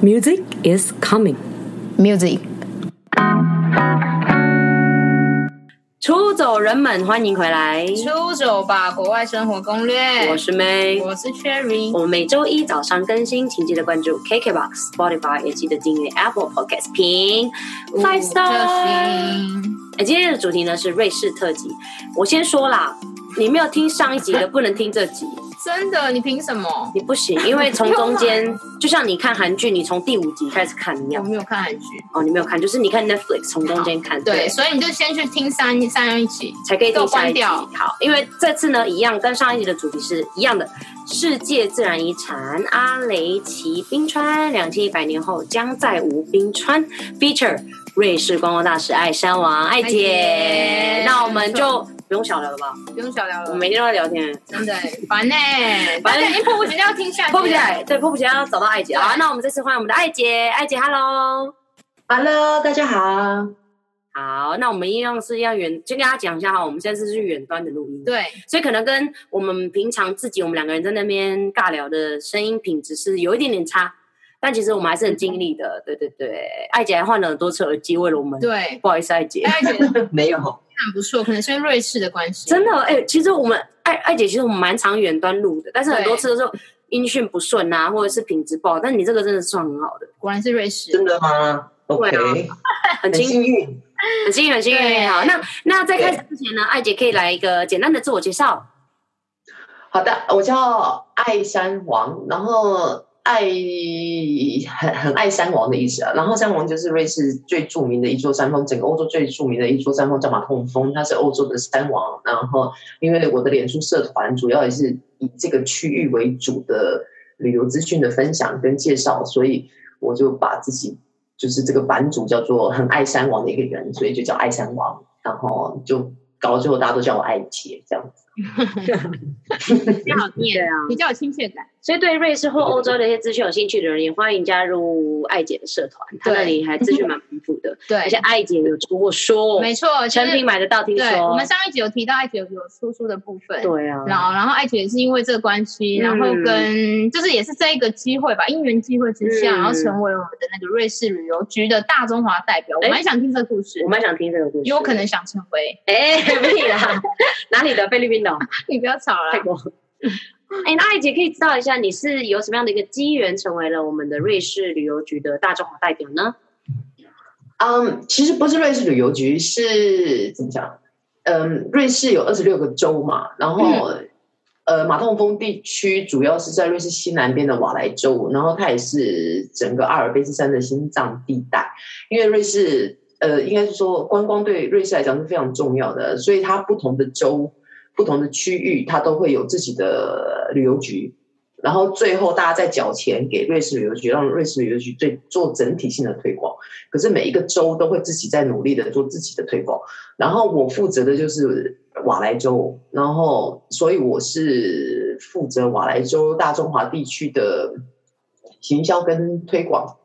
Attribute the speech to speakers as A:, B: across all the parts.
A: Music is coming。
B: music。
A: 出走人们，欢迎回来，
B: 出走吧，国外生活攻略。
A: 我是 May。
B: 我是 Cherry，
A: 我们每周一早上更新，请记得关注 KKBOX、Spotify，也记得订阅 Apple Podcast 评 five
B: 五
A: star。
B: 颗星
A: 哎，今天的主题呢是瑞士特辑。我先说啦，你没有听上一集的，不能听这集，
B: 真的，你凭什么？
A: 你不行，因为从中 间就像你看韩剧，你从第五集开始看一
B: 我
A: 样。
B: 没有看韩剧，
A: 哦，你没有看，就是你看 Netflix 从中间看，
B: 对，所以你就先去听三三一集，
A: 才可以
B: 给
A: 听
B: 我
A: 下一
B: 关
A: 集。
B: 掉。
A: 好，因为这次呢，一样跟上一集的主题是一样的，世界自然遗产阿雷奇冰川，两千一百年后将再无冰川。Feature 瑞士观光大使艾山王艾
B: 艾
A: 姐
B: 姐，
A: 那我们就不用小聊了吧？
B: 不用小聊
A: 我
B: 了
A: 们，每天都在聊天，
B: 真的烦呢，
A: 反
B: 大
A: 正
B: 家已经迫不及待要听下去了，
A: 迫不及待，对，迫不及待要找到艾姐。
B: 对
A: 好啊，那我们这次欢迎我们的艾姐，艾姐，Hello。
C: Hello，大家好。
A: 好，那我们一样是要远，先跟大家讲一下哈，我们现在是去远端的录音，
B: 对，
A: 所以可能跟我们平常自己我们两个人在那边尬聊的声音品质是有一点点差，但其实我们还是很尽力的。对对对，艾姐还换了很多次耳机，为了我们。
B: 对，
A: 不好意思，艾姐，
B: 艾姐很
C: 没有，
B: 不错，可能是因为瑞士的关系，
A: 真的哎、其实我们艾艾姐，其实我们蛮常远端录的，但是很多
B: 对
A: 次都是音讯不顺啊，或者是品质不好。但你这个真的算很好的，
B: 果然是瑞士。
C: 真的吗？OK，
A: 对很
C: 很
A: 幸
C: 幸运。
A: 很幸运，很幸
B: 对
A: 运。好，那那在开始之前呢，艾姐可以来一个简单的自我介绍。
C: 好的，我叫爱山王，然后爱很很爱山王的意思啊。然后山王就是瑞士最著名的一座山峰，整个欧洲最著名的一座山峰叫马痛峰，它是欧洲的山王。然后因为我的脸书社团主要也是以这个区域为主的旅游资讯的分享跟介绍，所以我就把自己就是这个版主叫做很爱山王的一个人，所以就叫爱山王。然后就搞到最后大家都叫我爱姐这样子。
B: 比较好
A: 对
B: 念，
A: 啊，
B: 比较有亲切感。
A: 所以对瑞士或欧洲的一些资讯有兴趣的人，也欢迎加入艾姐的社团，她那里还资讯蛮丰富的，
B: 对
A: 而且，艾姐有出过书，
B: 没错，就是
A: 成品买得到，听
B: 对，
A: 说。
B: 我们上一集有提到艾姐有有出书的部分，
A: 对啊，
B: 然后，然后艾姐也是因为这个关系，
A: 嗯
B: 然后跟就是也是这一个机会吧，因缘机会之下，
A: 嗯
B: 然后成为我们的那个瑞士旅游局的大中华代表。
A: 哎
B: 我蛮想听这个故事
A: 我，蛮想听这个故事，
B: 因为我可能想成为。
A: 哎，屁啦， 哪里的？菲律宾的哦，
B: 你不要吵
A: 泰
B: 啦，
A: 国。哎，那艾姐可以知道一下，你是有什么样的一个机缘成为了我们的瑞士旅游局的大中华代表呢？
C: 嗯，其实不是瑞士旅游局，是怎么讲？嗯，瑞士有二十六个州嘛，然后、呃，马痛峰地区主要是在瑞士西南边的瓦莱州，然后它也是整个阿尔卑斯山的心脏地带。因为瑞士呃，应该是说观光对瑞士来讲是非常重要的，所以它不同的州、不同的区域，它都会有自己的旅游局。然后最后大家再缴钱给瑞士旅游局，让瑞士旅游局对做整体性的推广。可是每一个州都会自己在努力的做自己的推广。然后我负责的就是瓦莱州，然后所以我是负责瓦莱州大中华地区的行销跟推广。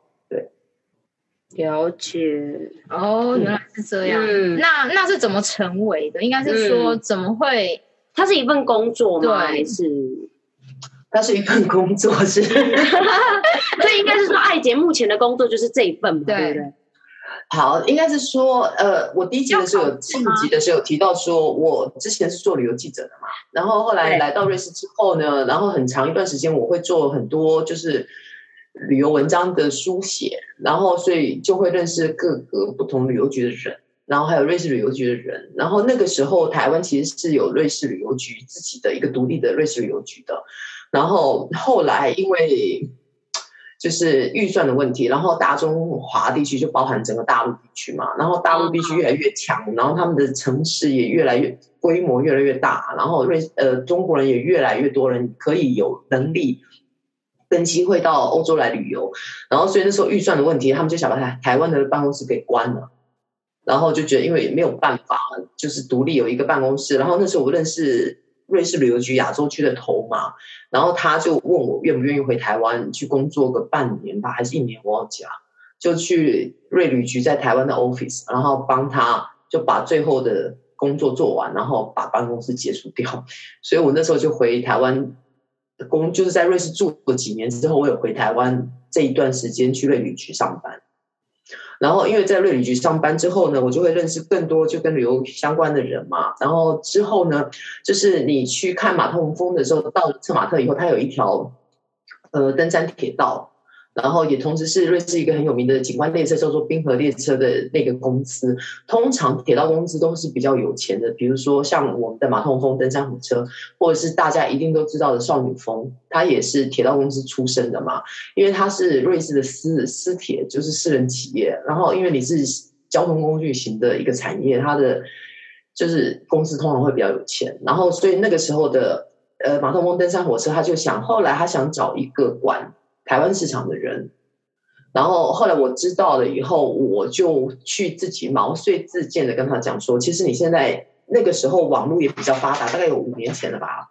A: 了解，
B: 哦，原来是这样。
A: 嗯
B: 那那是怎么成为的？应该是说
A: 嗯
B: 怎么会？
A: 它是一份工作吗？
B: 对
A: 还是？
C: 它是一份工作，是
A: 所以应该是说，艾姐目前的工作就是这一份嘛，
B: 对
A: 对不对？
C: 好，应该是说，呃，我第一集的时候有上集的时候有提到说，我之前是做旅游记者的嘛，然后后来
A: 对
C: 来到瑞士之后呢，然后很长一段时间我会做很多就是旅游文章的书写，然后所以就会认识各个不同旅游局的人。然后还有瑞士旅游局的人，然后那个时候台湾其实是有瑞士旅游局自己的一个独立的瑞士旅游局的，然后后来因为就是预算的问题，然后大中华地区就包含整个大陆地区嘛，然后大陆地区越来越强，然后他们的城市也越来越规模越来越大，然后瑞呃中国人也越来越多人可以有能力跟机会到欧洲来旅游，然后所以那时候预算的问题，他们就想把台台湾的办公室给关了。然后就觉得，因为没有办法，就是独立有一个办公室。然后那时候我认识瑞士旅游局亚洲区的头嘛，然后他就问我愿不愿意回台湾去工作个半年吧，还是一年，我忘记了。就去瑞旅局在台湾的 office，然后帮他就把最后的工作做完，然后把办公室结束掉。所以我那时候就回台湾工就是在瑞士住了几年之后，我有回台湾这一段时间去瑞旅局上班。然后因为在瑞旅局上班之后呢，我就会认识更多就跟旅游相关的人嘛。然后之后呢，就是你去看马特洪峰的时候，到了策马特以后，它有一条呃登山铁道，然后也同时是瑞士一个很有名的景观列车，叫做冰河列车的那个公司。通常铁道公司都是比较有钱的，比如说像我们的马特洪峰登山火车，或者是大家一定都知道的少女峰，它也是铁道公司出身的嘛。因为它是瑞士的私私铁，就是私人企业。然后，因为你是交通工具型的一个产业，它的就是公司通常会比较有钱。然后，所以那个时候的呃马特翁登山火车，他就想，后来他想找一个管台湾市场的人。然后后来我知道了以后，我就去自己毛遂自荐的跟他讲说，其实你现在那个时候网络也比较发达，大概有五年前了吧。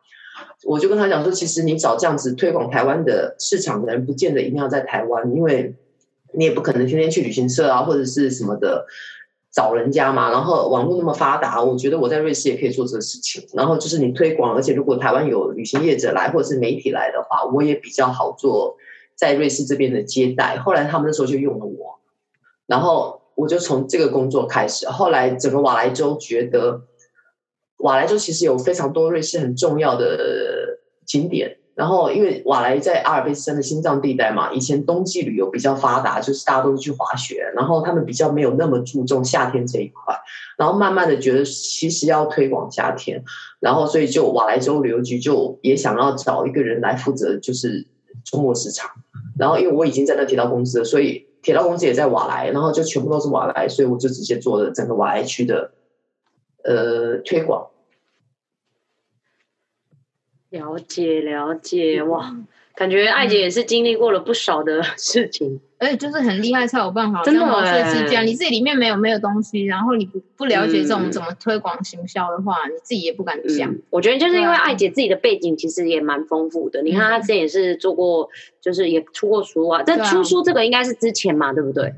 C: 我就跟他讲说，其实你找这样子推广台湾的市场的人，不见得一定要在台湾，因为你也不可能天天去旅行社啊或者是什么的找人家嘛。然后网络那么发达，我觉得我在瑞士也可以做这个事情。然后就是你推广，而且如果台湾有旅行业者来或者是媒体来的话，我也比较好做在瑞士这边的接待。后来他们那时候就用了我，然后我就从这个工作开始。后来整个瓦莱州觉得。瓦莱州其实有非常多瑞士很重要的景点，然后因为瓦莱在阿尔卑斯山的心脏地带嘛，以前冬季旅游比较发达，就是大家都是去滑雪，然后他们比较没有那么注重夏天这一块，然后慢慢的觉得其实要推广夏天，然后所以就瓦莱州旅游局就也想要找一个人来负责就是周末市场，然后因为我已经在那铁道公司了，所以铁道公司也在瓦莱，然后就全部都是瓦莱，所以我就直接做了整个瓦莱区的呃推广。
A: 了解了解，
C: 嗯
A: 哇，感觉艾姐也是经历过了不少的 事情。
B: 而且就是很厉害才有办法
A: 真的
B: 跟毛遂自
A: 欸
B: 荐。你自己里面没有没有东西，然后你不不了解
A: 嗯
B: 这种怎么推广行销的话，你自己也不敢讲。
A: 嗯，我觉得
C: 啊
A: 就是因为艾姐自己的背景其实也蛮丰富的。你看她之前也是做过，就是也出过书啊，但
B: 对啊
A: 出书这个应该是之前嘛，对不对？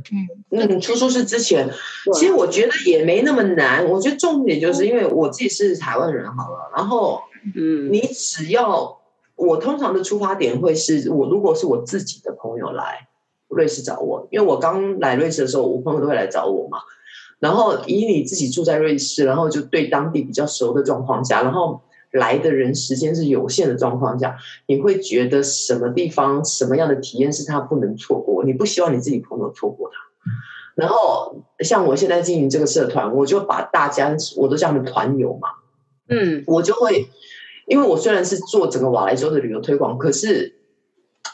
C: 嗯，出书是之前，
A: 对
C: 其实我觉得也没那么难。我觉得重点就是因为我自己是台湾人好了，然后
A: 嗯，
C: 你只要我通常的出发点会是我如果是我自己的朋友来瑞士找我，因为我刚来瑞士的时候，我朋友都会来找我嘛。然后以你自己住在瑞士，然后就对当地比较熟的状况下，然后来的人时间是有限的状况下，你会觉得什么地方什么样的体验是他不能错过，你不希望你自己朋友错过他。然后像我现在经营这个社团，我就把大家我都叫他们团友嘛，
A: 嗯，
C: 我就会，因为我虽然是做整个瓦莱州的旅游推广，可是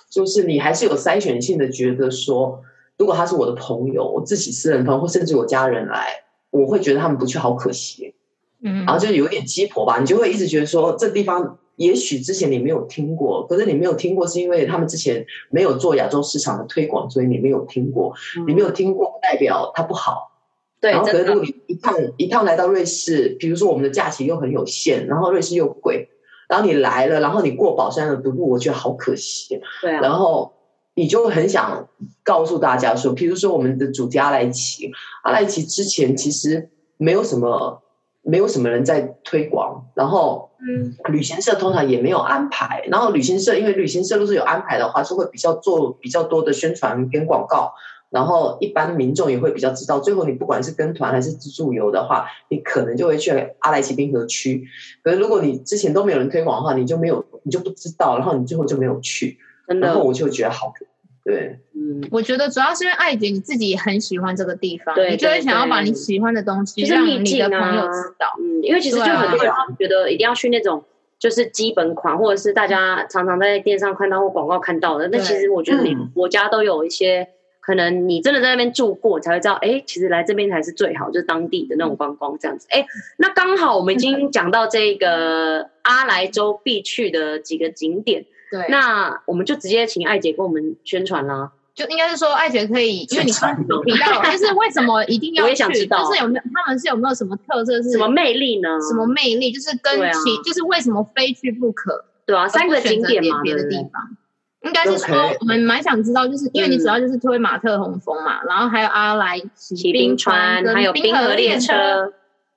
C: 就是你还是有筛选性的觉得说，如果他是我的朋友，我自己私人朋友，或甚至我家人来，我会觉得他们不去好可惜，
B: 嗯，
A: 哦
C: 然后就有点鸡婆吧，你就会一直觉得说这地方。也许之前你没有听过，可是你没有听过是因为他们之前没有做亚洲市场的推广，所以你没有听过。你没有听过，不代表它不好。
A: 对
C: 然，后可是
A: 真的啊
C: 如果你一趟一趟来到瑞士，比如说我们的假期又很有限，然后瑞士又贵，然后你来了，然后你过宝山的独步，我觉得好可惜。
A: 对啊，
C: 然后你就很想告诉大家说，比如说我们的主题阿莱奇，阿莱奇之前其实没有什么没有什么人在推广，然后
A: 嗯，
C: 旅行社通常也没有安排，然后旅行社因为旅行社都是有安排的话，就会比较做比较多的宣传跟广告，然后一般民众也会比较知道。最后你不管是跟团还是自助游的话，你可能就会去阿莱奇冰河区。可是如果你之前都没有人推广的话，你就没有你就不知道，然后你最后就没有去，
A: 真
C: 然
A: 的
C: 后，我就觉得好可惜，对，
A: 嗯，
B: 我觉得主要是因为艾姐你自己也很喜欢这个地方，
A: 对
B: 你就会想要把
A: 对对
B: 你喜欢的东西
A: 就是
B: 让
A: 秘
B: 你
A: 境
B: 的
A: 啊
B: 朋友知道。
A: 嗯，因为其实就
B: 对啊
A: 很多人都觉得一定要去那种就是基本款，或者是大家常常在电视上看到或广告看到的。那
B: 对
A: 其实我觉得你
C: 嗯
A: 国家都有一些，可能你真的在那边住过，才会知道，哎，其实来这边才是最好，就是当地的那种观光这样子。哎，那刚好我们已经
B: 嗯
A: 讲到这个阿莱州必去的几个景点，
B: 对，
A: 那我们就直接请艾姐跟我们宣传啦。
B: 就应该是说艾姐可以，因 为你刚
C: 传统
B: 提到，就是为什么一定要
A: 我
B: 去，
A: 也想知道
B: 就是有没有他们是有没有什么特色是
A: 什么魅力呢？
B: 嗯什么魅力，就是跟
A: 对啊
B: 其、就是为什么非去不可，
A: 对啊，三个
B: 呃而不选
A: 景
B: 择
A: 点
B: 别
A: 嘛，
B: 别的
A: 对不
B: 地
A: 对嗯
B: 方。应该是说
C: OK，
B: 我们蛮想知道，就是因为你主要就是推马特洪峰嘛，然后还有阿莱
A: 骑
B: 骑
A: 冰
B: 川
A: 川，
B: 跟
A: 还有
B: 冰
A: 冰河列
B: 列车，
A: 车。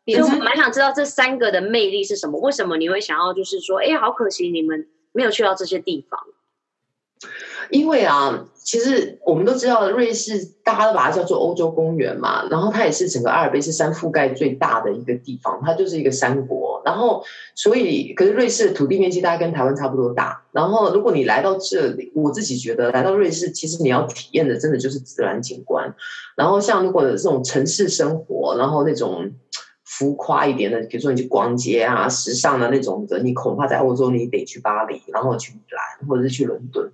B: 也
A: 所以我
B: 是
A: 蛮想知道这三个的魅力是什么？为什么你会想要就是说，哎、好可惜你们没有去到这些地方？
C: 因为啊，其实我们都知道瑞士，大家都把它叫做欧洲公园嘛，然后它也是整个阿尔卑斯山覆盖最大的一个地方，它就是一个山国。然后，所以可是瑞士的土地面积大概跟台湾差不多大。然后，如果你来到这里，我自己觉得来到瑞士，其实你要体验的真的就是自然景观。然后，像如果这种城市生活，然后那种。浮夸一点的，比如说你去逛街啊、时尚的那种的，你恐怕在欧洲你得去巴黎，然后去米兰，或者是去伦敦。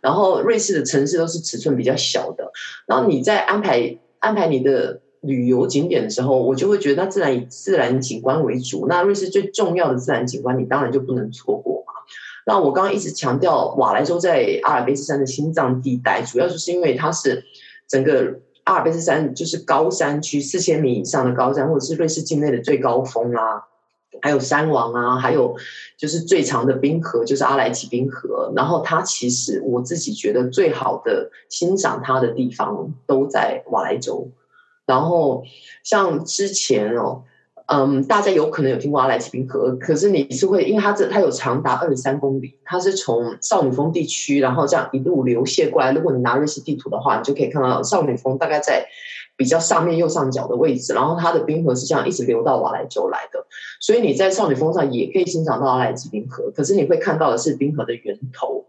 C: 然后瑞士的城市都是尺寸比较小的。然后你在安排安排你的旅游景点的时候，我就会觉得自然以自然景观为主。那瑞士最重要的自然景观，你当然就不能错过嘛。那我刚刚一直强调，瓦莱州在阿尔卑斯山的心脏地带，主要就是因为它是整个。阿尔卑斯山就是高山区，四千米以上的高山，或者是瑞士境内的最高峰啦、啊，还有山王啊，还有就是最长的冰河，就是阿莱奇冰河。然后它其实我自己觉得最好的欣赏它的地方都在瓦莱州。然后像之前哦，嗯，大家有可能有听过阿莱奇冰河，可是你是会，因为它这它有长达二十三公里，它是从少女峰地区，然后这样一路流泻过来。如果你拿瑞士地图的话，你就可以看到少女峰大概在比较上面右上角的位置，然后它的冰河是这样一直流到瓦莱州来的。所以你在少女峰上也可以欣赏到阿莱奇冰河，可是你会看到的是冰河的源头。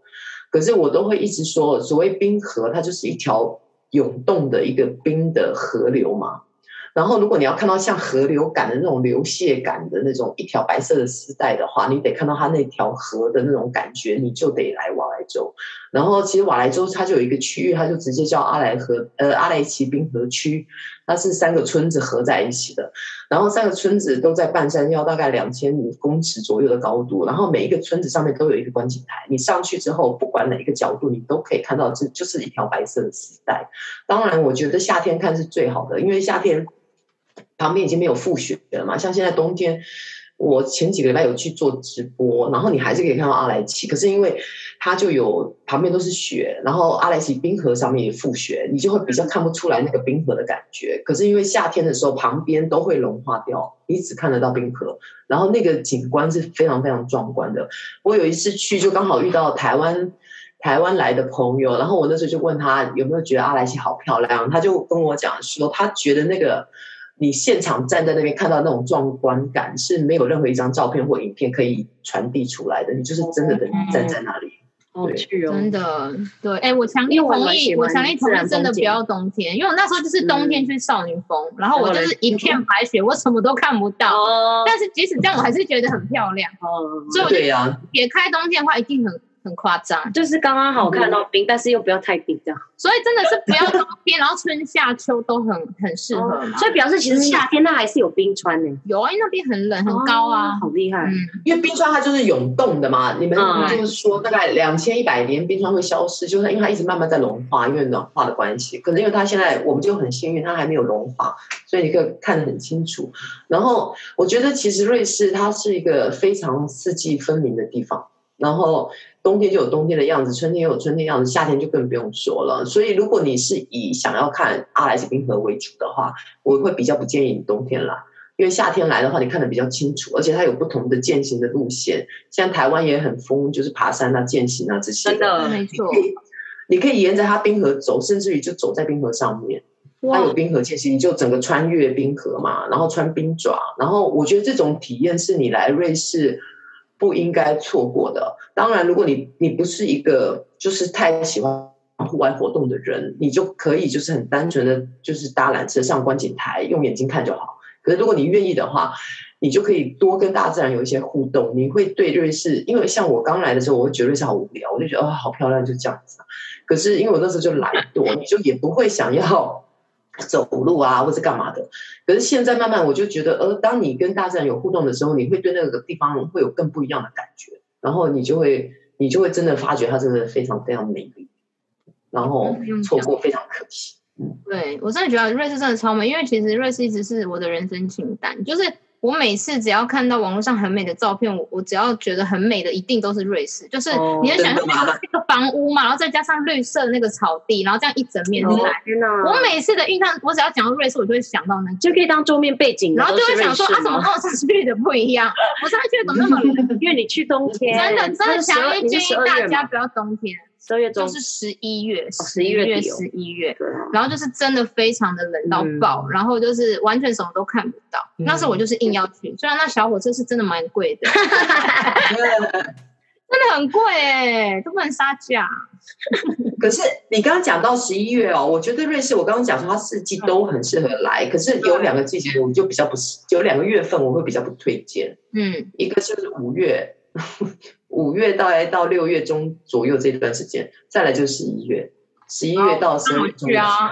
C: 可是我都会一直说，所谓冰河，它就是一条涌动的一个冰的河流嘛。然后，如果你要看到像河流感的那种流泻感的那种一条白色的丝带的话，你得看到它那条河的那种感觉，你就得来瓦莱州。然后，其实瓦莱州它就有一个区域，它就直接叫阿莱河呃阿莱奇冰河区，它是三个村子合在一起的。然后三个村子都在半山腰，大概两千五公尺左右的高度。然后每一个村子上面都有一个观景台，你上去之后，不管哪一个角度，你都可以看到这就是一条白色的丝带。当然，我觉得夏天看是最好的，因为夏天。旁边已经没有覆雪了嘛，像现在冬天，我前几个礼拜有去做直播，然后你还是可以看到阿莱奇，可是因为它就有旁边都是雪，然后阿莱奇冰河上面也覆雪，你就会比较看不出来那个冰河的感觉。可是因为夏天的时候，旁边都会融化掉，你只看得到冰河，然后那个景观是非常非常壮观的。我有一次去就刚好遇到台湾。台湾来的朋友，然后我那时候就问他有没有觉得阿莱奇好漂亮，他就跟我讲说，他觉得那个。你现场站在那边看到那种壮观感是没有任何一张照片或影片可以传递出来的，你就是真的等站在那里。
A: 好去哦，
B: 真的，对，哎、我强烈
A: 因为我
B: 同
A: 蛮喜
B: 意，
A: 欢
B: 我强烈同
A: 自然
B: 意，真
A: 风
B: 的不
A: 景嗯
B: 要冬天，因为我那时候就是冬天去少女峰，然后我
A: 然后
B: 就
A: 嘞
B: 是一片白雪，我什么都看不到。
A: 哦，
B: 但是即使这样，我还是觉得很漂亮。
A: 哦
B: 所以我就
C: 对啊呀、
B: 撇开冬天的话，一定很很夸张。
A: 就是刚刚好看到冰，但是又不要太冰这样。
B: 所以真的是不要冬天，然后春夏秋都很很适合嘛。
A: 哦所以表示其实夏天它还是有冰川呢，
B: 有啊，因为那边很冷，很高啊
A: 哦。好厉害。
B: 嗯，
C: 因为冰川它就是涌动的嘛，你们
A: 嗯
C: 就是说大概两千一百年冰川会消失，就是因为它一直慢慢在融化，因为暖化的关系。可能因为它现在我们就很幸运，它还没有融化，所以你可以看得很清楚。然后我觉得其实瑞士它是一个非常四季分明的地方，然后冬天就有冬天的样子，春天也有春天的样子，夏天就更不用说了。所以如果你是以想要看阿莱斯冰河为主的话，我会比较不建议你冬天来。因为夏天来的话，你看得比较清楚，而且它有不同的践行的路线。现在台湾也很疯，就是爬山啊、践行啊这些。
A: 真，的，
B: 没 错。
C: 你可以沿着它冰河走，甚至于就走在冰河上面。它有冰河间隙，你就整个穿越冰河嘛，然后穿冰爪，然后我觉得这种体验是你来瑞士不应该错过的。当然，如果你你不是一个就是太喜欢户外活动的人，你就可以就是很单纯的就是搭缆车上观景台，用眼睛看就好。可是如果你愿意的话，你就可以多跟大自然有一些互动，你会对瑞士，因为像我刚来的时候，我会觉得瑞士好无聊，我就觉得哦好漂亮，就这样子。啊可是因为我那时候就懒惰，你就也不会想要。走路啊，或者干嘛的。可是现在慢慢，我就觉得，呃，当你跟大自然有互动的时候，你会对那个地方会有更不一样的感觉，然后你就会，你就会真的发觉它真的非常非常美丽，然后错过非常可惜。
B: 对我真的觉得瑞士真的超美，因为其实瑞士一直是我的人生清单，就是我每次只要看到网络上很美的照片，我我只要觉得很美的，一定都是瑞士。就是
A: 哦
B: 你能想象
C: 真的吗
B: 那个那个房屋嘛，然后再加上绿色的那个草地，然后这样一整面
A: 哦
B: 下来。
A: 天哪，
B: 我每次的印象，我只要讲到瑞士，我就会想到那个。
A: 就可以当桌面背景的
B: 然后
A: 都
B: 就是会
A: 瑞士吗，
B: 想说啊，怎 么跟我上次去的不一样？我上次去的怎么 那么冷？
A: 因为你去冬天，
B: 真的真的强烈建议大家不要冬天，
A: 十二月中
B: 就，是十一月、
A: 11月
B: 月、
A: 底哦
B: 十一月，
A: 对啊
B: 然后就是真的非常的冷到爆，然后就是完全什么都看不到。
C: 嗯
B: 那时候我就是硬要去，虽然那小火车是真的蛮贵的，真的很贵哎、都不能杀价。
C: 可是你刚刚讲到十一月哦，我觉得瑞士，我刚刚讲说它四季都很适合来，可是有两个季节我就比较不喜，有两个月份我会比较不推荐，
B: 嗯，
C: 一个就是五月，五月大概到六月中左右这段时间，再来就是十一月，十一月到十
B: 哦那
C: 二
B: 我
C: 月中
B: 去，啊，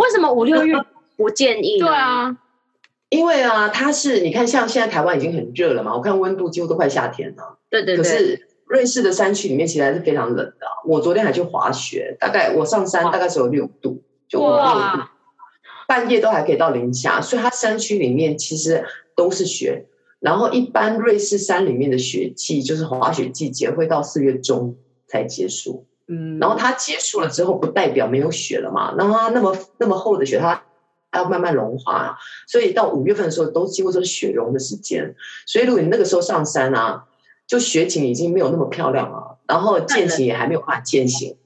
A: 为什么五六月不建议？
B: 对，啊，
C: 因为啊，它是你看像现在台湾已经很热了嘛，我看温度几乎都快夏天了。
A: 对对
C: 可
A: 对，
C: 是瑞士的山区里面其实还是非常冷的啊、我昨天还去滑雪，大概我上山
A: 哇
C: 大概只有六度，就五六度，
B: 哇，
C: 半夜都还可以到零下，所以它山区里面其实都是雪。然后一般瑞士山里面的雪季就是滑雪季节会到四月中才结束，
A: 嗯
C: 然后它结束了之后不代表没有雪了嘛，然后它那么那么厚的雪它。还要慢慢融化、啊，所以到五月份的时候都几乎都是雪融的时间。所以如果你那个时候上山啊，就雪景已经没有那么漂亮了，然后践行也还没有办法践行，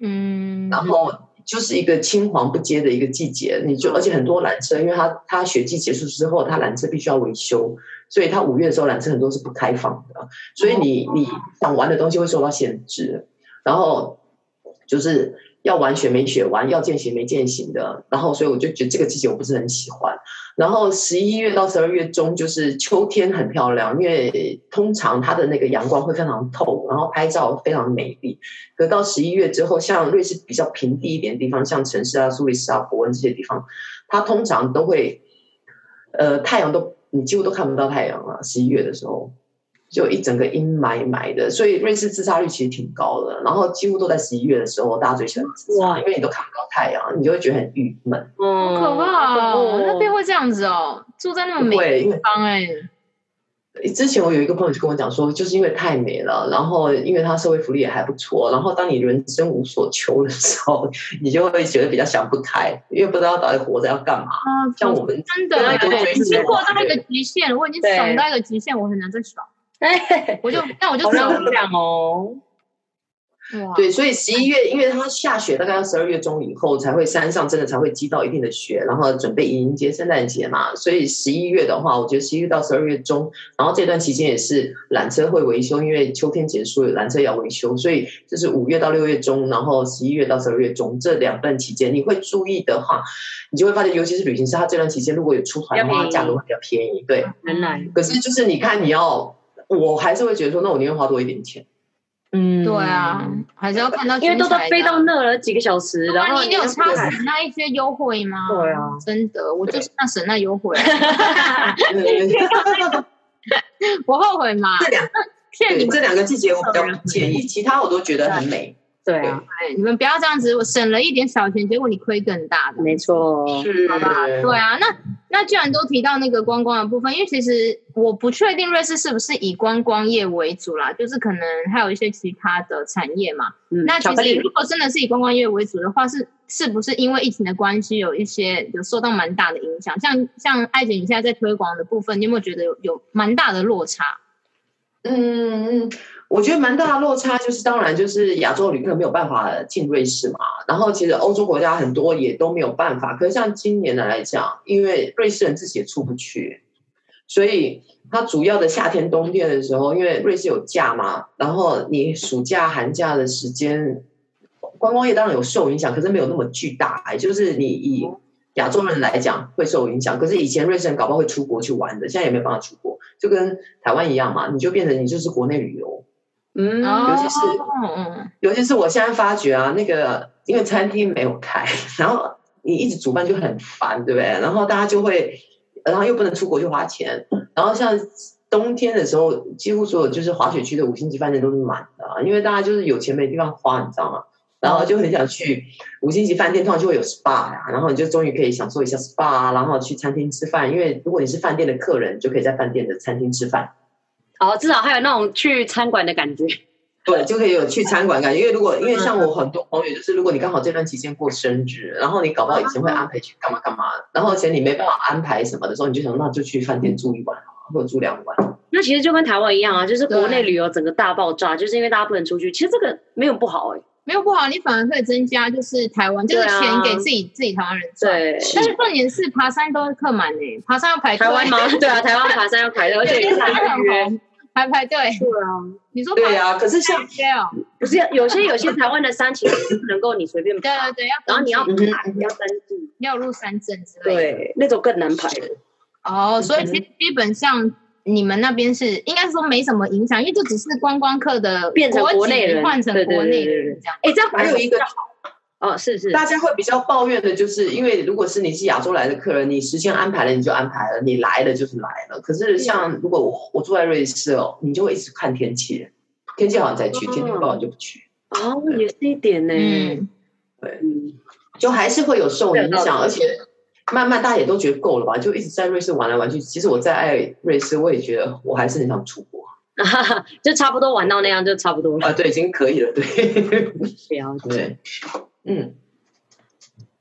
B: 嗯，
C: 然后就是一个青黄不接的一个季节，你就而且很多缆车，因为它它雪季结束之后，它缆车必须要维修，所以它五月的时候缆车很多是不开放的，所以你你想玩的东西会受到限制，然后就是要玩雪没雪玩，要践行没践行的，然后所以我就觉得这个季节我不是很喜欢。然后十一月到十二月中就是秋天很漂亮，因为通常它的那个阳光会非常透，然后拍照非常美丽。可到十一月之后，像瑞士比较平地一点的地方，像城市啊、苏黎世啊、伯恩这些地方，它通常都会，呃，太阳都你几乎都看不到太阳了。十一月的时候，就一整个阴霾霾的，所以瑞士自杀率其实挺高的。然后几乎都在十一月的时候，大家最喜欢自杀，
A: 哇
C: 因为你都看不到太阳，你就会觉得很郁闷。
A: 好
B: 好可怕哦，那边
A: 会
B: 会这样子哦，住在那么美的
C: 会，因为
B: 地方哎、
C: 之前我有一个朋友就跟我讲说，就是因为太美了，然后因为他社会福利也还不错，然后当你人生无所求的时候， 你就会觉得比较想不开，因为不知道到底活着要干嘛。
B: 啊，
C: 像我们
B: 真的
C: 对
B: 欸，
C: 对对
B: 已经过到那个极限，我已经
A: 对
B: 爽到一个极限，我很难再爽，
A: 哎，
B: 我就那我就
A: 好
B: 只有
A: 让我讲哦，
B: 哇，
C: 对，所以十一月，因为它下雪大概要十二月中以后才会山上真的才会积到一定的雪，然后准备迎接圣诞节嘛。所以十一月的话，我觉得十一月到十二月中，然后这段期间也是缆车会维修，因为秋天结束了，缆车也要维修，所以就是五月到六月中，然后十一月到十二月中这两段期间，你会注意的话，你就会发现，尤其是旅行社，它这段期间如果有出团的
A: 比较便
C: 话，
A: 宜嗯
C: 价格会比较便宜。对，
A: 原来，
C: 可是就是你看你要，我还是会觉得说，那我宁愿花多一点钱。
A: 嗯
B: 对啊，，还是要看到
A: 因为都都
B: 精彩的
A: 飞到那了几个小时，
B: 对啊
A: 然后
B: 你一定有
A: 差
B: 差省那一些优惠吗？
A: 对啊，
B: 真的，我就是那省那优惠，啊
C: 对
B: 我后悔嘛，
C: 这两
B: 骗你
C: 对
B: 们
C: 这两个季节我比较不建议，其他我都觉得很美。
A: 对啊，
B: 哎你们不要这样子，我省了一点小钱，结果你亏更大的。
A: 没错，
C: 是
B: 好吧，对啊，那那既然都提到那个观光的部分，因为其实我不确定瑞士是不是以观光业为主啦，就是可能还有一些其他的产业嘛。
A: 嗯
B: 那
A: 巧克
B: 其实
A: 力
B: 如果真的是以观光业为主的话，是是不是因为疫情的关系，有一些有受到蛮大的影响？像像艾姐，你现在在推广的部分，你有没有觉得有有蛮大的落差？
C: 嗯，嗯，我觉得蛮大的落差，就是当然就是亚洲旅客没有办法进瑞士嘛，然后其实欧洲国家很多也都没有办法。可是像今年的来讲，因为瑞士人自己也出不去，所以它主要的夏天、冬天的时候，因为瑞士有假嘛，然后你暑假、寒假的时间，观光业当然有受影响，可是没有那么巨大。哎就是你以亚洲人来讲会受影响，可是以前瑞士人搞不好会出国去玩的，现在也没有办法出国，就跟台湾一样嘛，你就变成你就是国内旅游。
A: 嗯
B: Mm.
C: 尤其是
B: 哦嗯
C: 尤其是我现在发觉啊，那个因为餐厅没有开，然后你一直主办就很烦，对不对？然后大家就会，然后又不能出国去花钱，然后像冬天的时候，几乎所有就是滑雪区的五星级饭店都是满的啊、因为大家就是有钱没地方花，你知道吗？然后就很想去五星级饭店，通常就会有 SPA 呀、然后你就终于可以享受一下 SPA，啊然后去餐厅吃饭，因为如果你是饭店的客人，就可以在饭店的餐厅吃饭。
A: 哦，至少还有那种去餐馆的感觉。
C: 对，就可以有去餐馆感觉，因为如果因为像我很多朋友，就是如果你刚好这段期间过生日，然后你搞不好以前会安排去干嘛干嘛，然后而且你没办法安排什么的时候，你就想那就去饭店住一晚好了，或者住两晚。
A: 那其实就跟台湾一样啊，就是国内
B: 对
A: 旅游整个大爆炸，就是因为大家不能出去。其实这个没有不好哎、
B: 没有不好，你反而可以增加就是台湾，就
A: 对
B: 是
A: 啊
B: 钱给自己、自己台湾人赚。
A: 对
B: 但是重点是爬山都会客满呢，爬山要排队。
A: 台湾吗？ 对啊，台湾爬山要排队，而且
B: 对，
A: 也
B: 现
A: 是
B: 在
A: 要
B: 很
A: 预约。
B: 红，还排队。
A: 对啊，
B: 你说
C: 对
B: 呀、
C: 呀、可是像
B: 对哦，
A: 不是有些有些台湾的山其实是不能够你随便
B: 对
A: 爬
B: 对，对，要
A: 然后你要爬，
C: 嗯
A: 你要登记，
B: 你要入山证之类的。
A: 对，啊那种更难排。
B: 哦，所以其
C: 嗯
B: 实基本上你们那边是应该说没什么影响，因为就只是观光客的
A: 变成国内人
B: 籍换成
A: 对对
B: 国内
A: 对对
B: 人这样。
A: 哎，这样反而
C: 还有一个
A: 哦，是是，
C: 大家会比较抱怨的，就是因为如果是你是亚洲来的客人，你时间安排了你就安排了，你来了就是来了。可是像如果我我住在瑞士哦，你就会一直看天气，天气好你再去，
A: 哦
C: 天气不好你就不去，
A: 哦，也是一点呢。
B: 嗯，
A: 嗯，
C: 就还是会有受影
A: 对
C: 响，而且。慢慢大家也都觉得够了吧，就一直在瑞士玩来玩去。其实我在爱瑞士，我也觉得我还是很想出国
A: 哈哈，嗯 就差不多玩到那样就差不多了。
C: 啊，对，已经可以了，对
A: 了解。
C: 对，嗯，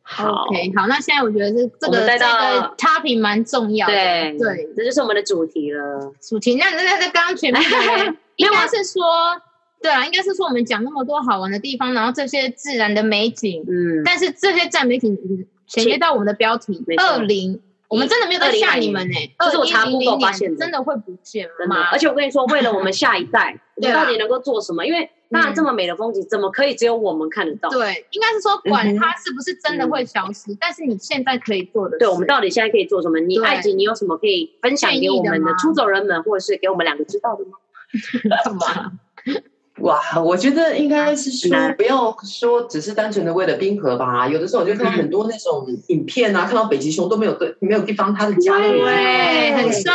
A: 好，
B: OK，好，那现在我觉得这这
A: 我们
B: 个
A: 带
B: 这
A: 到
B: 个 topic 蛮重要的。
A: 对
B: 对，
A: 这就是我们的主题了。
B: 主题。那那那刚刚前面 应
A: 啊
B: 该是说，对啊，应该是说我们讲那么多好玩的地方，然后这些自然的美景，
A: 嗯，
B: 但是这些自然美景嗯衔接到我们的标题
A: 没错
B: 二零。我们真的没有在吓你们呢、
A: 这
B: 二
A: 是我查
B: 零
A: Google
B: 零
A: 发现的
B: 年真的会不见
A: 真的。
B: 吗
A: 而？且我跟你说，为了我们下一 代，我们
B: 对啊
A: 到底能够做什么？因为当然这么美的风景，怎么可以只有我们看得到？
B: 对，应该是说
A: 嗯
B: 管它是不是真的会消失，但是你现在可以做的，
A: 对，我们到底现在可以做什么？你
B: 对
A: 艾姐，你有什么可以分享给我
B: 建
A: 们
B: 议的
A: 的
B: 吗
A: 出走人们，或者是给我们两个知道的吗？
B: 干 嘛？
C: 哇，我觉得应该是说
A: 很难
C: 不要说只是单纯的为了冰河吧，有的时候我就看到很多那种影片啊，看到北极熊都没有对没有地方它的家都没有地方
B: 对，很瘦，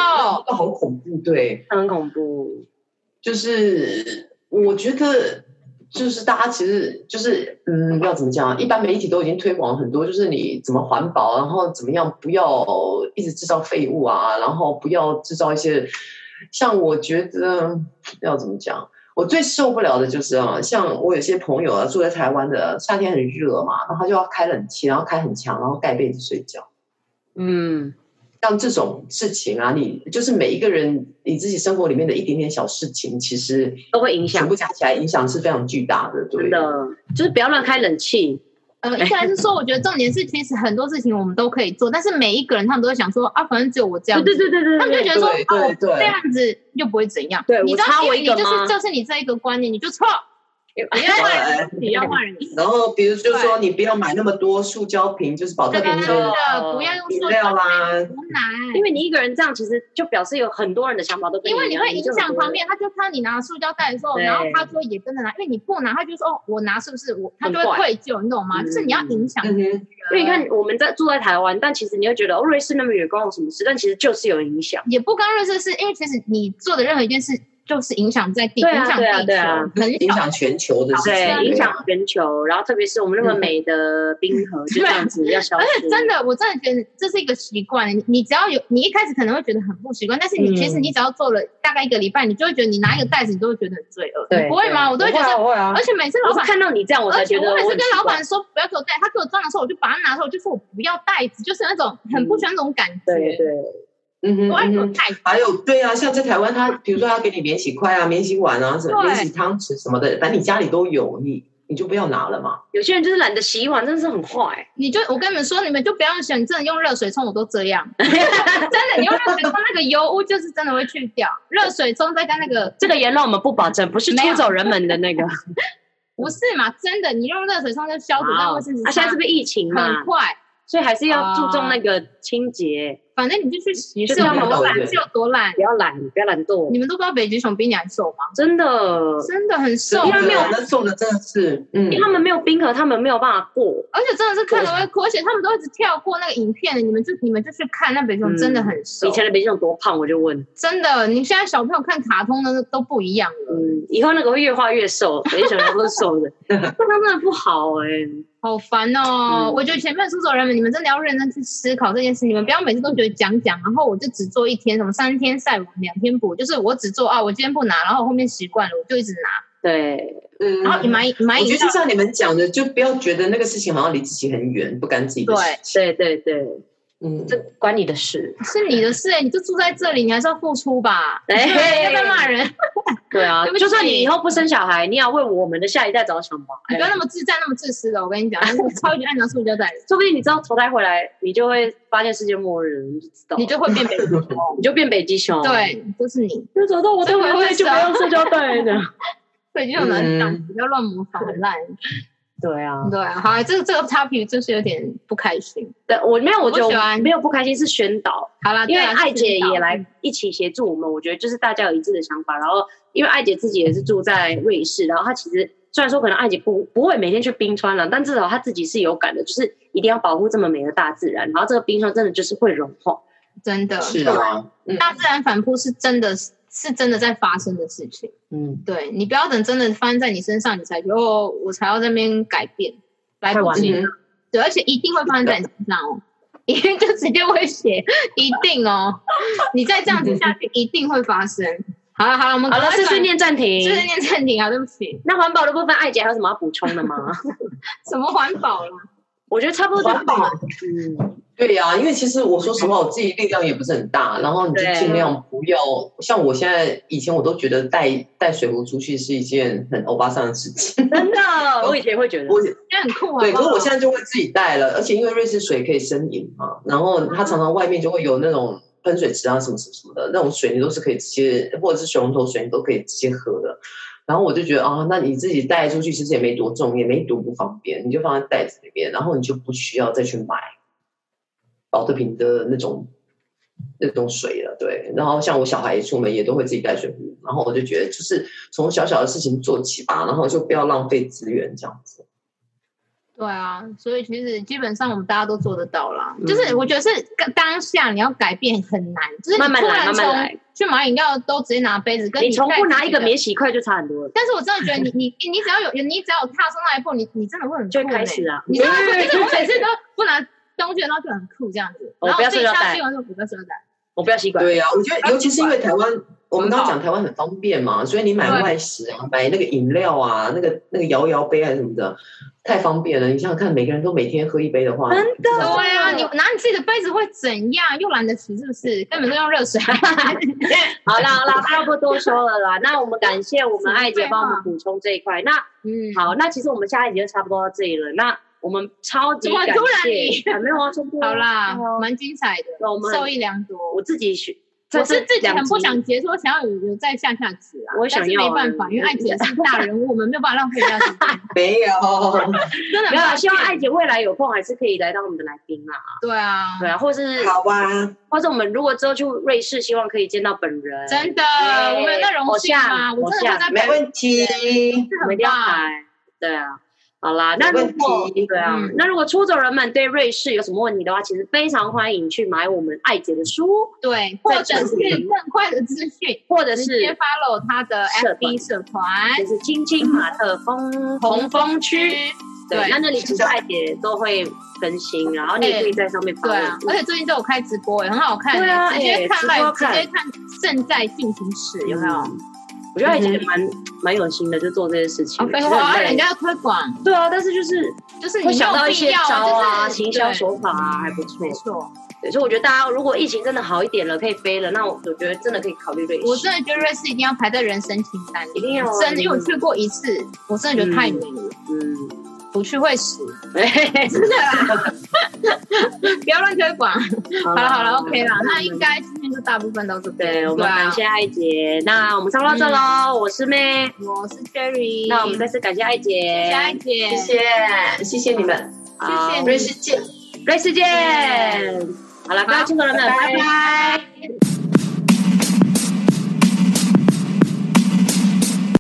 C: 都好恐怖，对，
A: 很恐怖。
C: 就是我觉得。就是大家其实就是嗯，要怎么讲啊？一般媒体都已经推广了很多，就是你怎么环保，然后怎么样不要一直制造废物啊，然后不要制造一些像我觉得要怎么讲，我最受不了的就是啊，像我有些朋友啊，住在台湾的，夏天很热嘛，然后他就要开冷气，然后开很强，然后盖被子睡觉。
A: 嗯，
C: 像这种事情啊，你就是每一个人你自己生活里面的一点点小事情，其实
A: 都会影
C: 全
A: 响
C: 部，加起来影响是非常巨大的，对
A: 真的，就是不要乱开冷气。
B: 呃，应该是说，我觉得重点是，其实很多事情我们都可以做，但是每一个人他们都会想说啊，反正只有我这样
A: 对对
B: 子，
A: 对对对，
B: 他们就觉得说
C: 对对
B: 哦，
C: 对
B: 这样子又不会怎样。
A: 对
B: 你知
A: 我插
B: 道，
A: 我
B: 你
A: 一个
B: 就是
A: 吗
B: 就是你这一个观念，你就错，你要换人，你要换人。
C: 然后比如就说你不要买那么多塑胶瓶，就是保特
B: 真
C: 瓶
B: 的，
C: 这种
B: 不要用
C: 饮
B: 塑
C: 料啊
B: 胶
C: 啦，
B: 多难，
A: 因为你一个人这样，其实就表示有很多人的想法都跟
B: 因为
A: 你一
B: 你
A: 样
B: 会影响旁。边，他就看到你拿塑胶袋的时候，
A: 对
B: 然后他说也跟着拿，因为你不拿，他就说哦，我拿是不是我？他就
A: 很
B: 会
A: 怪
B: 愧疚，你懂吗？
A: 嗯
B: 就是你要影响
C: 嗯
B: 人，
C: 哼，
A: 就很多人因为你看，我们在住在台湾，但其实你会觉得哦，瑞士那么远关我什么事？但其实就是有影响。
B: 也不干瑞士，是因为其实你做的任何一件事，就是影响在地，
A: 对啊
B: 影响
A: 对啊
B: 地
A: 对
B: 球
A: 啊，
B: 很
C: 影
B: 小。
C: 响全球的
B: 啊
C: 事
A: 对，
C: 情，
A: 影响全球，然后特别是我们那么美的冰河，就这样子要消
B: 嗯而
A: 失。
B: 且真的，我真的觉得这是一个习惯。你你只要有，你一开始可能会觉得很不习惯，但是你
A: 嗯
B: 其实你只要做了大概一个礼拜，你就会觉得你拿一个袋子，你都会觉得很罪恶。
A: 对
B: 你不会吗？我都会觉得，
C: 会啊
B: 而且每次
A: 我
B: 老
A: 是
B: 板
A: 看到你这样，我才
B: 而且
A: 觉得
B: 我每次
A: 很
B: 跟
A: 奇
B: 老
A: 怪
B: 板说不要给我袋，他给我装的时候，我就把它拿出来，我就说我不要袋子，就是那种很不喜欢那种感觉。
A: 嗯对对，
C: 嗯哼，
B: 我哎爱
C: 嗯
B: 有
C: 哼
B: 袋子，
C: 还有对啊，像在台湾他，比如说他给你免洗筷啊、免洗碗啊、什么
B: 对
C: 免洗汤匙什么的，反正你家里都有，你你就不要拿了嘛。
A: 有些人就是懒得洗碗，真的是很坏。
B: 你就我跟你们说，你们就不要想，你真的用热水冲，我都这 样。真的，你用热水冲那个油污，就是真的会去掉。热水冲再加那个
A: 这个言论我们不保证，不是
B: 没
A: 出
B: 有
A: 走人们的那 个。
B: 不是嘛？真的，你用热水冲就消毒，
A: 哇
B: 那
A: 哦
B: 卫生纸
A: 啊，现在是不是疫情
B: 很
A: 嘛，
B: 快。
A: 所以还是要注重那个清洁。
B: 反正你就去洗
A: 就
B: 试
A: 是
B: 嘛，
A: 要
B: 我
C: 对
B: 懒是有多懒
A: 不？要懒，不要懒惰
B: 你，们都不知道北极熊比你还瘦吗？
A: 真的，
B: 真的很瘦，啊
A: 因为没有
C: 啊那瘦的真的是，嗯
A: 因为，他们没有冰河，他们没有办法过。
B: 而且真的是看了会哭，而且他们都一直跳过那个影片，你们就你们就去看，那北极熊真的很瘦，
A: 以前的北极熊多胖，我就问，
B: 真的，你现在小朋友看卡通的都不一样了，
A: 嗯，以后那个会越画越 瘦，北极熊都是瘦的，那真的不好哎、
B: 好烦哦！
A: 嗯
B: 我觉得前面出走人们，你们真的要认真去思考这件事，你们不要每次都觉得讲讲，然后我就只做一天，什么三天晒网，两天补，就是我只做啊，我今天不拿，然后我后面习惯了，
A: 嗯
B: 我就一直拿，
A: 对，
C: 嗯
B: 然后你买买
C: 我
B: 饮
C: 觉得
B: 料
C: 就，像你们讲的，就不要觉得那个事情好像离自己很远，不干自己的事。
A: 对对对，
C: 嗯，
A: 这关你的事。
B: 是你的事、欸，你就住在这里，你还是要付出吧，
A: 哎
B: 你 不要再骂人，
A: 对啊
B: 对不，起
A: 就算你以后不生小孩，你也要为我们的下一代着想吧。
B: 你不要
A: 哎
B: 那么自在，那么自私的，我跟你讲，超级爱拿塑胶袋的，
A: 说不定你知道投胎回来，你就会发现世界末日，你就知道，
B: 你就会变北极熊。
A: 你就变北极熊。，
B: 对，就是你。
A: 嗯就走到我的回来就不啊用社交袋的。
B: 对，就有人讲
C: 嗯
B: 不要乱模仿，很烂。
A: 对啊，
B: 对啊，好啊，这个这个 topic 就是有点不开心。
A: 对我没有，我觉
B: 我不喜
A: 得
B: 欢
A: 我没有不开心，是宣导，
B: 好啦，
A: 因为
B: 对啊
A: 艾姐也，
B: 就是
A: 来一起协助我们，我觉得就是大家有一致的想法。然后，因为艾姐自己也是住在瑞士，然后她其实虽然说可能艾姐不不会每天去冰川了，但至少她自己是有感的，就是一定要保护这么美的大自然。然后这个冰川真的就是会融化。
B: 哦真的
C: 是，啊，嗯
B: 大自然反扑是真的是是真的在发生的事情。
C: 嗯，
B: 对你不要等真的发生在你身上，你才觉得哦，我才要这边改变，来
A: 太
B: 不
A: 晚
B: 及
C: 了
B: 了。对，而且一定会发生在你身上哦，一定就直接威胁，一定哦，你再这样子下去，一定会发生。好了好了，我们
A: 好了，
B: 赶快
A: 碎碎
B: 转
A: 念暂停。
B: 碎碎念暂停啊，对不起，
A: 那环保的部分，艾姐还有什么要补充的吗？
B: 什么环保啊啦？
A: 我觉得差不多就
C: 环保，
A: 嗯，
C: 对呀、因为其实我说实话，我自己力量也不是很大，然后你就
A: 对
C: 尽量不要像我现在以前我都觉得带带水壶出去是一件很欧巴桑的事情，
A: 嗯真的， 我以前会觉得
C: 我
B: 这很酷啊！
C: 对，可是我现
B: 在
C: 在就会自己带了，而且因为瑞士水可以生饮嘛，然后它常常外面就会有那种喷水池啊什么什么什么的，那种水你都是可以直接，或者是水龙头水你都可以直接喝的。然后我就觉得啊，那你自己带出去其实也没多重，也没多不方便，你就放在袋子里面，然后你就不需要再去买保特瓶的那种那种水了。对，然后像我小孩一出门也都会自己带水壶，然后我就觉得就是从小小的事情做起吧，然后就不要浪费资源这样子。
B: 对啊，所以其实基本上我们大家都做得到啦。
C: 嗯
B: 就是我觉得是当下你要改变很难，就是你
A: 慢慢
B: 突
A: 来，
B: 然
A: 慢慢来
B: 从。去买饮料都直接拿杯子，跟
A: 你从
B: 带
A: 不拿一个
B: 自己的
A: 免洗筷就差很多了，
B: 但是我真的觉得你你你你只要有你只要有踏出那一步，你你真的会很
A: 就会
B: 酷
A: 开
B: 欸
A: 始啊。
B: 你知道吗？就是我每次都不拿东西，然后就很酷这样子。
A: 哦
B: 然后
A: 不要
B: 我自己
A: 塑料
B: 下
A: 袋
B: 去完就不要塑料袋。
A: 我不要吸管，
C: 对呀、我觉得尤其是因为台湾，我们刚刚
B: 环
C: 讲台湾很方便嘛，所以你买
B: 对
C: 外食啊，买那个饮料啊，那个那个摇摇杯啊什么的，太方便了。你想想看，每个人都每天喝一杯的话，
A: 真
B: 对
A: 的
B: 啊，你拿你自己的杯子会怎样？又懒得洗是不是？根本都用热水。
A: 好啦好啦，话不多说了啦。那我们感谢我们艾姐帮我们补充这一块。那
B: 嗯，
A: 好，那其实我们下一集就差不多到这里了。那我们超级
B: 怎么
A: 感
B: 突然
A: 谢，啊没有啊，差不多
B: 好啦
A: 对啊，
B: 蛮精彩的，
A: 那我们
B: 受益良多。
A: 我自己选，
B: 我是自己
A: 两
B: 很不
A: 集
B: 想结束，我想要有有再下下集啊，
A: 我也想
B: 但是没
A: 要啊
B: 办法，因为艾姐是大人物，我们没有办法浪费人 家时间，
C: 没有。
A: 没有啊，
B: 真的办法
A: 希望艾姐未来有空还是可以来当我们的来宾啦。
B: 对啊，
A: 对啊，或是
C: 好吧，
A: 或者我们如果之后去瑞士，希望可以见到本人，
B: 真的，
A: 耶
B: 我们有那荣幸吗？
A: 偶像
B: 我真的会在
C: 没问题。
A: 我们一定要来。对啊，好啦，那如果
C: 没问题
A: 对啊，
B: 嗯
A: 那如果出走人们对瑞士有什么问题的话，其实非常欢迎去买我们艾姐的书，
B: 对，或者
A: 在
B: 是
A: 群里
B: 更快的资讯，
A: 或者
B: 直接
A: 是
B: follow 他的
A: 社团
B: FB 社团
A: 就是青青马特风
B: 嗯红
A: 风
B: 枫区，
A: 对，
B: 对
A: 那那里其实艾姐都会更新，然后你也可以在上面发
B: 对
A: 问。
B: 啊，而且最近都有开直播，也很好看，
A: 嗯
B: 欸
A: 对啊
B: 直接
A: 哎
B: 看
A: 直播
B: live，直
A: 看
B: 接看正在进行时，有没有？
A: 嗯？我觉得艾姐也蛮蛮有心的，就做这些事情
B: 好，。废
A: 其实
B: 话，
A: 很
B: 啊
A: 累
B: 人家要推广，
A: 对啊，但是就是
B: 就是你
A: 会
B: 没有
A: 想到一
B: 必
A: 些
B: 要，
A: 招啊、
B: 就是
A: 行销
B: 对
A: 手法啊，还不错
B: 没。错，
A: 对，所以我觉得大家如果疫情真的好一点了，可以飞了，那我我觉得真的可以考虑瑞士。
B: 我真的觉得瑞士一定要排在人生清单
A: 一
B: 里，
A: 定要啊
B: 真的，因为我去过一次，我真的觉得太美了，
A: 嗯，
B: 不去会死，
A: 嘿
B: 真的啦，不要乱推广。
A: 好
B: 好了好了，OK 啦，那应
A: 应该
B: 该今天就大部分都这边。
A: 对我们
B: 啊
A: 感谢艾姐，那我们差不多到这
C: 嗯
A: 喽，我是妹，
B: 我是 Jerry，
A: 那我们再次感谢艾姐，
B: 下一节，
C: 谢谢，谢谢你们，
A: 好
B: 谢谢
C: 瑞士见。
A: 瑞士见。好了，各位亲朋友们，
B: 拜拜。